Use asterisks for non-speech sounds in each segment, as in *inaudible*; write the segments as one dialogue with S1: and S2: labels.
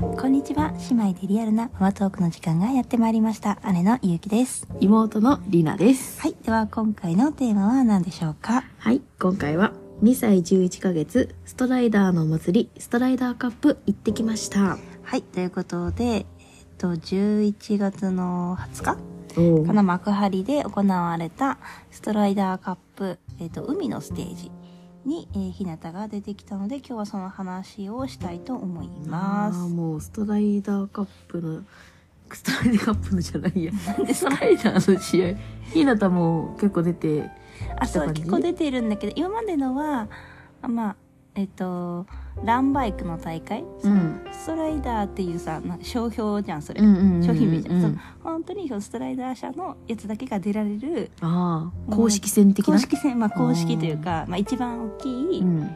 S1: こんにちは姉妹でリアルなママトークの時間がやってまいりました姉のゆうきです
S2: 妹のりなです。
S1: はいでは今回のテーマは何でしょうか
S2: はい、今回は2歳11ヶ月ストライダーのお祭りストライダーカップ行ってきました。
S1: はいということでえっと11月の20日
S2: お
S1: この幕張で行われたストライダーカップ、えっと海のステージに、えー、日向が出てきたので今日はその話をしたいと思いま
S2: あー
S1: す。
S2: もうストライダーカップのストライダーカップのじゃない *laughs* やストライダーの試合ひなたも結構出て
S1: あそ
S2: 来た
S1: う
S2: 感じ
S1: 結構出ているんだけど今までのはあまあえっ、とランバイクの大会、
S2: ん
S1: ストライダーっていうさな商標じゃんそれ、
S2: うんうんうん
S1: 商品名じゃん、
S2: うん
S1: そう本当にストライダー社のやつだけが出られる
S2: ああ公式戦的な
S1: 公式戦まあ公式というかまあ、一番大き
S2: う
S1: い
S2: ん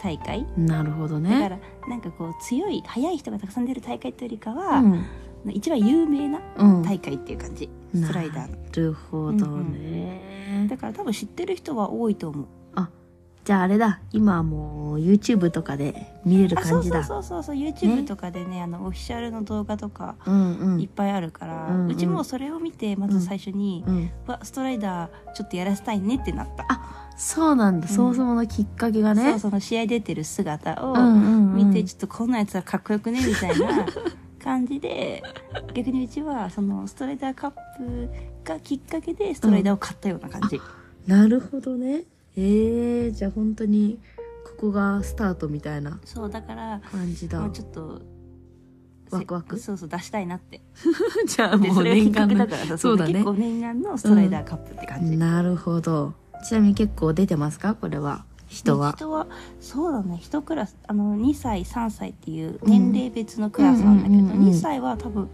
S1: 大会、
S2: なるほど
S1: だか
S2: ね
S1: らなんかこう強い速い人がたくさん出る大会というよりか
S2: う
S1: は、
S2: ん
S1: 一番有名な
S2: うん
S1: 大会っていう感じ、ストライダーの
S2: なるほどね、
S1: だから多分知ってる人は多いと思う
S2: じゃああれだ今はもう YouTube とかで見れる
S1: あそ
S2: 感
S1: う
S2: じ
S1: そう
S2: だ
S1: そうそうそう YouTube とかでねあのオフィシャルの動画とか
S2: うんう
S1: いっ
S2: ん
S1: ぱいあるから、う
S2: うんうん
S1: ちもそれを見てまず最初に、
S2: うん
S1: わストライダーちょっとやらせたいねってなった
S2: そうなんだ、
S1: うん
S2: そもそものきっかけがね
S1: そうその試合出てる姿
S2: う
S1: を
S2: んうんうん
S1: 見てちょっとこんなやつはかっこよくねみたいな *laughs* 感じで逆にうちはそのストライダーカップがきっかけでストライダーを買ったような感じ、
S2: なるほどね。えー、じゃあ本当にここがスタートみたいな
S1: そうだから
S2: 感じだ
S1: もう。ちょっとせ
S2: ワクワク
S1: そうそう出したいなって
S2: じゃあ
S1: でそれがきっかけだ
S2: の
S1: から *laughs* さ
S2: そうだね
S1: 結構念願のストライダーカップって感じ、
S2: なるほど。ちなみに結構出てますかこれは。人は。
S1: 人はそうだね1クラスあの2歳3歳っていう年齢別のクラスなんだけど、
S2: うんうんうんうん
S1: 2歳は多分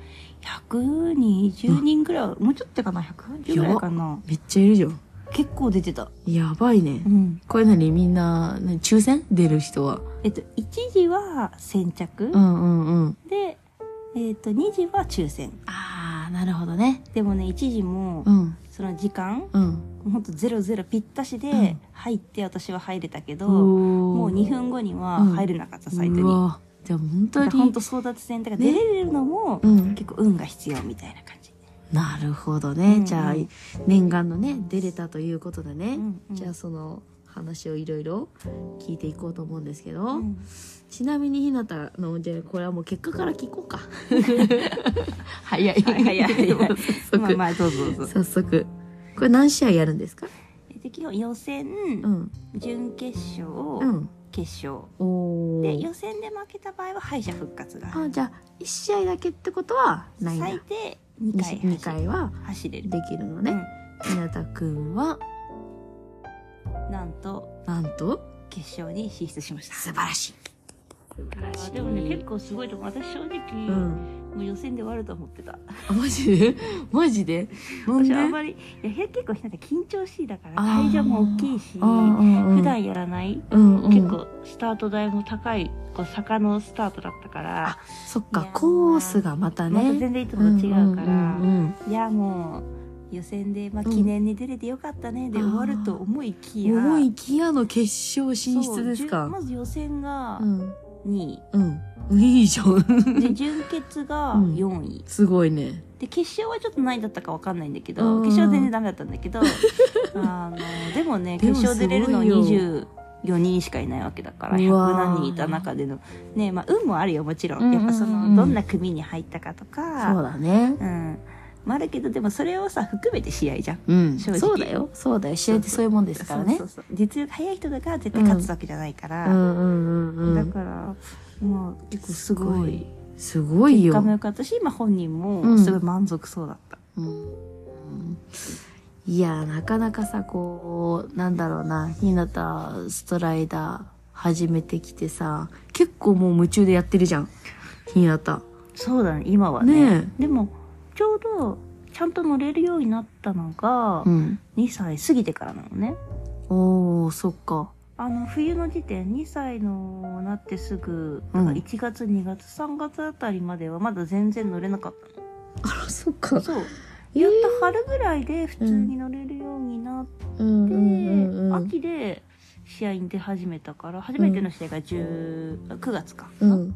S1: 120人ぐらいはもうちょっとかな110ぐらいかな
S2: めっちゃいるじゃん。
S1: 結構出てた
S2: やばいね
S1: う。ん
S2: これ何みんな、何抽選出る人は。
S1: えっと1時は先着、
S2: うんうんうん。
S1: でえっと2時は抽選
S2: あー、なるほどね。
S1: でもね1時も
S2: うん。
S1: その時間
S2: うん。
S1: ほんとゼロゼロぴったしで
S2: ん
S1: 入って私は入れたけど、も
S2: も
S1: う2分後には入れなかった、サイトに
S2: うわじゃあ本当
S1: だ
S2: に。
S1: からほんと争奪戦だから出れるのも、
S2: うん。
S1: 結構運が必要みたいな感じ、
S2: なるほど
S1: うん
S2: ね。
S1: うん
S2: じゃあ、念願のね、出れたということでね。
S1: うんうん
S2: じゃあその話をいろいろ聞いていこうと思うんですけど、
S1: うん
S2: ちなみにひなたのじゃあこれはもう結果から聞こうか早い
S1: はいはいはいはい
S2: もう早速、
S1: まあまあどうぞどうぞ
S2: 早速これ何試合やるんですか
S1: で基本予選、
S2: うん
S1: 準決勝、
S2: うん
S1: 決勝
S2: お
S1: で
S2: ー
S1: 予選で負けた場合は敗者復活が
S2: あじゃあ1試合だけってことはないんだ
S1: 最低2
S2: 2
S1: 回走
S2: 回は
S1: 走れる、
S2: できるのね、ひなたくんは
S1: うんなんと
S2: なんと
S1: 決勝に進出しました
S2: 素晴らしい素晴ら
S1: あでもね結構すごいと思う私正直、
S2: うん
S1: もう予選で終わると思ってた
S2: あマジで *laughs* マジでなん
S1: 私
S2: で
S1: あんまりいや結構なんか緊張しいだから
S2: あー
S1: 会場も大きいし
S2: うん
S1: 普
S2: うんうん
S1: 段やらない、
S2: うんうん
S1: 結構スタート台も高いこう坂のスタートだったから
S2: あそっ
S1: い
S2: か
S1: やー
S2: コースがまたね
S1: また全然いつもと違うから、
S2: んうんうん
S1: いやもう予選で、まあ、
S2: うん
S1: 記念に出れてよかったねで
S2: あー
S1: 終わると思いき
S2: う
S1: や
S2: ん思いきやの決勝進出です
S1: そうじゅ
S2: か
S1: まず予選が
S2: うん
S1: 2位、
S2: うんいいじゃん *laughs*
S1: で準決が
S2: うん
S1: 4位、
S2: すごいね
S1: で決勝はちょっと何位だったかわかんないんだけど、
S2: うん
S1: 決勝は全然ダメだったんだけ
S2: *laughs*
S1: どあのでもね
S2: で
S1: 決
S2: も
S1: 勝出れるの
S2: すごい
S1: 24人しかいないわけだから100
S2: うわー
S1: 何人いた中での、ねまあ、運もあるよもちろん,、
S2: うんうんうん
S1: やっぱそのどんな組に入ったかと
S2: そう
S1: か
S2: だね
S1: うんまあ、あるけどでもそれをさ含めて試合じゃん。
S2: うん
S1: 正直
S2: そうだよそうだよ試合ってそういうもんですからね
S1: そうそうそう実力早い人が絶対勝つわけじゃないか
S2: う
S1: ら、
S2: んうんうんう
S1: だ
S2: ん
S1: からまあ結構すごい
S2: すごい
S1: 結果
S2: よ
S1: も良かったし、まあ、本人
S2: う
S1: も
S2: ん
S1: すごい満足そうだった、
S2: うんいやーなかなかさこうなんだろうなひなたストライダー始めてきてさ結構もう夢中でやってるじゃんひなた
S1: そうだね今はね
S2: ね
S1: でもちょうどちゃんと乗れるようになったのが
S2: えうん
S1: 2歳過ぎてからなのね
S2: おーそっか
S1: あの冬の時点2歳のなってすぐ
S2: う
S1: だ
S2: ん
S1: から1月2月3月あたりまではまだ全然乗れなかったの、
S2: あらそっか
S1: そう
S2: えー
S1: やっと春ぐらいで普通に乗れるようになって
S2: うん
S1: で、
S2: うんうん
S1: 秋で試合に出始めたから初めての試合が10、9月か、
S2: うん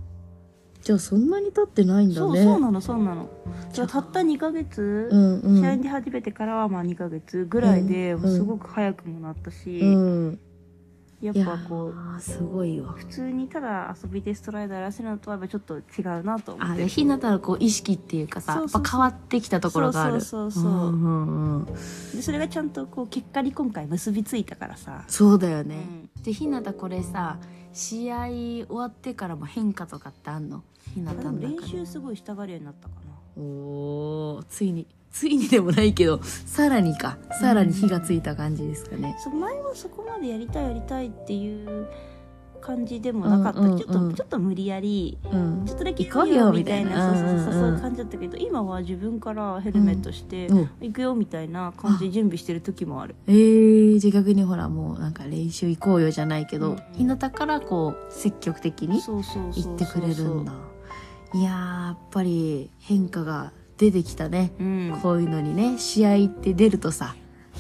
S2: じゃあそんなに経ってないんだ
S1: そう
S2: ね
S1: そうなのそうなのじ
S2: じゃ
S1: ゃ
S2: あ
S1: たった2ヶ月、
S2: うんうん
S1: 試合で始めてからはまあ2ヶ月ぐらいで、
S2: うん
S1: もうすごく早くもなったし、
S2: うん
S1: やっ
S2: いや
S1: ぱこう
S2: ーすごいわ
S1: 普通にただ遊びでストライダーやらせるのとはやっぱちょっと違うなと思
S2: あ
S1: って
S2: でひなたのこう意識っていうかさ
S1: そうそうそう
S2: やっぱ変わってきたところがある
S1: そうそうそうそうん
S2: うんうん
S1: でそれがちゃんとこう結果に今回結びついたからさ、
S2: そうだよ
S1: う
S2: ね、
S1: ん
S2: でひなたこれさ試合終わってからも変化とかってあんのひな
S1: あで
S2: たの
S1: も
S2: 中
S1: 練
S2: で
S1: 習すごいしたがるようになったかな
S2: おーついについにでもないけどさらにかさらに火がついた感じですかね、
S1: そう前はそこまでやりたいやりたいっていう感じでもなかった、
S2: うんうんうん
S1: ちょっとちょっと無理やり
S2: うん
S1: ちょっとだけ
S2: 行こうよ
S1: みたいな
S2: みたいな
S1: そうそうそう
S2: うん
S1: そう
S2: うん
S1: うんいう感じだったけど今は自分からヘルメットして、
S2: うん
S1: 行くよみたいな感じで準備してる時もある
S2: えー、じゃあ逆にほらもうなんか練習行こうよじゃないけ
S1: う
S2: ど、
S1: ん
S2: 日向からこう積極的に
S1: そうそうそうそ
S2: 行
S1: う
S2: ってくれるんだいやーやっぱり変化が出てきたね、
S1: うん
S2: こういうのにね試合って出るとさ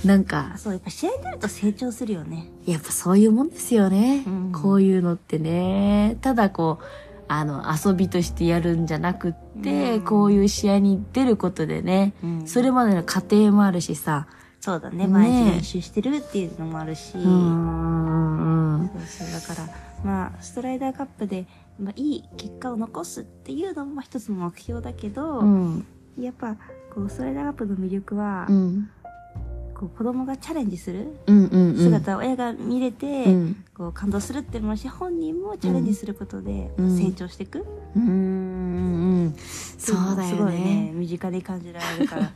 S2: なんか
S1: あそうやっぱ試合になると成長するよね
S2: やっぱそういうもんですよね、
S1: うん
S2: こういうのってねただこうあの遊びとしてやるんじゃなくって、
S1: うん
S2: こういう試合に出ることでね、
S1: うん
S2: それまでの過程もあるしさ
S1: そうだね
S2: ね
S1: 毎日練習してるっていうのもあるし、
S2: うーん
S1: そうそうだからまあストライダーカップで、まあ、いい結果を残すっていうのもまあ一つの目標だけど、
S2: うん
S1: やっぱこうストライダーカップの魅力は、
S2: うん
S1: こう子供がチャレンジする
S2: うんうんうん
S1: 姿を親が見れて、
S2: うん
S1: こう感動するっていうのもあるし本人もチャレンジすることで
S2: うん
S1: 成長していく、
S2: うんうんうんそうだ
S1: す
S2: よ
S1: ごい
S2: ね
S1: ね身近で感じられるから
S2: *laughs*
S1: やっ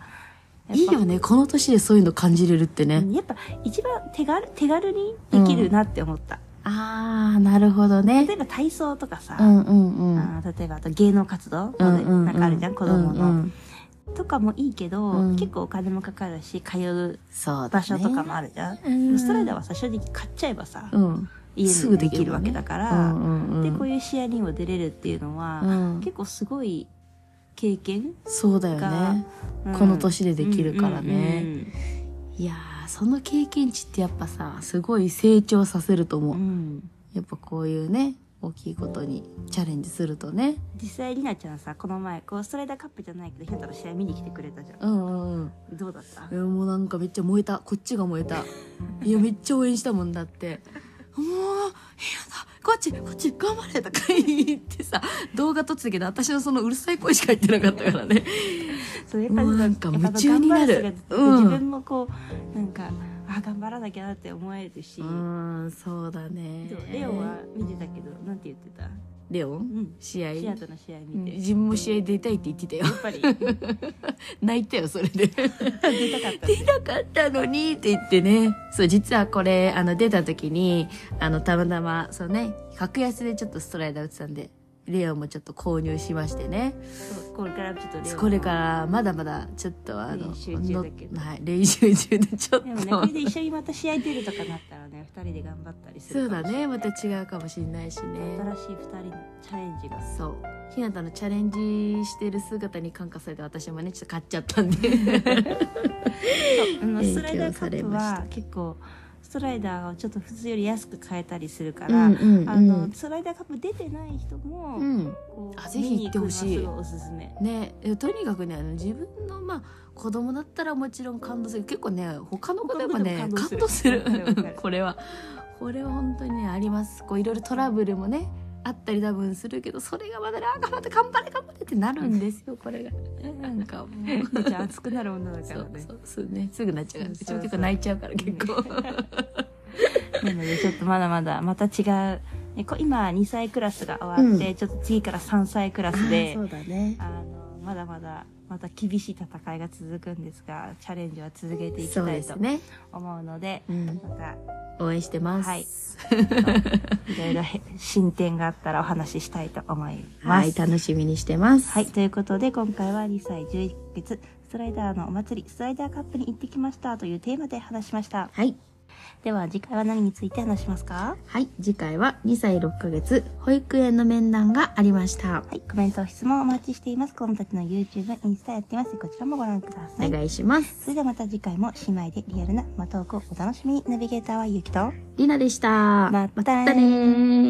S1: ぱ
S2: いいよねこの年でそういうの感じれるってね、
S1: うんやっぱ一番手軽手軽にできるなって思った、
S2: ああなるほどね
S1: 例えば体操とかさ、
S2: うんうんうん
S1: あー例えばあと芸能活動、
S2: うんうんうん
S1: なんかあるじゃん子供の、
S2: うんうん
S1: とかもいいけど、
S2: うん
S1: 結構お金もかかるし通う
S2: そうだね
S1: 場所とかもあるじゃん、
S2: うん
S1: ストライダーはさ正直買っちゃえばさ、
S2: うん
S1: 家
S2: す
S1: に
S2: ぐ
S1: も
S2: で
S1: で
S2: き
S1: き
S2: る
S1: る
S2: わ
S1: わ
S2: ね
S1: けだか
S2: う
S1: ら、
S2: んうんう
S1: で
S2: ん
S1: こういう試合にも出れるっていうのは、
S2: うん
S1: 結構すごい経験、
S2: そうだよ
S1: が
S2: ね
S1: うん
S2: この年でできるから
S1: うんう
S2: ねいやーその経験値ってやっぱさすごい成長させると
S1: んう
S2: 思うん
S1: うん
S2: やっぱこういうね大きいことにチャレンジするとね
S1: 実際りなちゃんさこの前こうストライダーカップじゃないけどひなたの試合見に来てくれたじゃ
S2: うんうんうん
S1: んどうだった
S2: いやもうなんかめっちゃ燃えたこっちが燃え *laughs* たいやめっちゃ応援したもんだってもう「いやだこっちこっち頑張れ」とか言ってさ動画撮ってたけど私のそのうるさい声しか言ってなかったからね
S1: そうやっぱり
S2: もうなんか夢中になる
S1: やっぱ
S2: うん
S1: 自分もこうなんかあ頑張らなきゃなって思えるし、
S2: うんそうだね
S1: そうレオは見てたけどなんて言ってた
S2: レオ
S1: う
S2: ン
S1: ん
S2: 試合
S1: シアトの試合
S2: う
S1: 見
S2: ん
S1: て、や
S2: 自分も試合出たいって言ってたよ *laughs*
S1: っぱり出たか
S2: 泣いたよそれで
S1: った
S2: 出なかったのにって言ってねそう実はこれあの出た時にあのたまたまそうね格安でちょっとストライダー打ってたんでレオもちょっと購入しましてね
S1: そうこれからちょっとレオ
S2: これからまだまだちょっとあの
S1: 練習中だけど
S2: のはい、練習中でちょっ
S1: でもねこれ
S2: と
S1: で一緒にまた試合出るとかなったらね二人で頑張ったりす
S2: そう
S1: るか
S2: だ
S1: もしれ
S2: ね
S1: な
S2: ま
S1: い
S2: た違うかもしれないしね
S1: 新しい二人のチャレンジが
S2: そうひなたのチャレンジしてる姿に感化されて私もねちょっと買っちゃったんで
S1: あの
S2: 勉強
S1: ストライダーカ
S2: され
S1: ップ
S2: ました
S1: は結構ストライダーをちょっと普通より安く買えたりするか
S2: う
S1: ら、
S2: んうんうん
S1: あのストライダーカップ出てない人も、
S2: うん
S1: こう
S2: あぜひ行ってほしい
S1: 見に行くのはすごいおすすめ
S2: ねえとにかくねあの自分のまあ子供だったらもちろん感動する結構ね他の子でもね感
S1: 他の
S2: 動
S1: 子
S2: す
S1: で
S2: る
S1: も感動す *laughs* るわかるわかる
S2: *laughs* これはこれは本当にねありますこういろいろトラブルもねあったり多分するけどそれがまだねあ頑張って頑張れ頑張れってなるんですよこれがなんかもう。
S1: めっちゃん熱くなる女だか
S2: そ
S1: ら *laughs*
S2: う
S1: ね
S2: そうそうねすぐなっちゃうからう
S1: そうそ
S2: ち
S1: うそう
S2: も結構泣いちゃうから結構
S1: なのでちょっとまだまだまた違うねこ今2歳クラスが終わって、ちょっと次から3歳クラス
S2: *laughs*
S1: で
S2: うだね
S1: あのまだまだまた厳しい戦いが続くんですがチャレンジは続けていき
S2: そう
S1: た
S2: で
S1: いと
S2: すね、
S1: 思うので
S2: うん、
S1: また
S2: 応援してます
S1: はいいろいろへ進展があったらお話ししたいと思いま
S2: は
S1: す。
S2: い楽しみにしてます
S1: はい、ということで今回は2歳11ヶ月ストライダーのお祭りストライダーカップに行ってきましたというテーマで話しました。
S2: はい
S1: では次回は何について話しますか
S2: はい、次回は2歳6ヶ月保育園の面談がありました。
S1: はい、コメント、質問お待ちしています。子供たちの YouTube、インスタやってます。こちらもご覧くださ
S2: お
S1: い。
S2: 願いします。
S1: それではまた次回も姉妹でリアルなマトークをお楽しみに。ナビゲーターはゆうきと。
S2: りなでし
S1: ま
S2: た。
S1: たねー
S2: またねー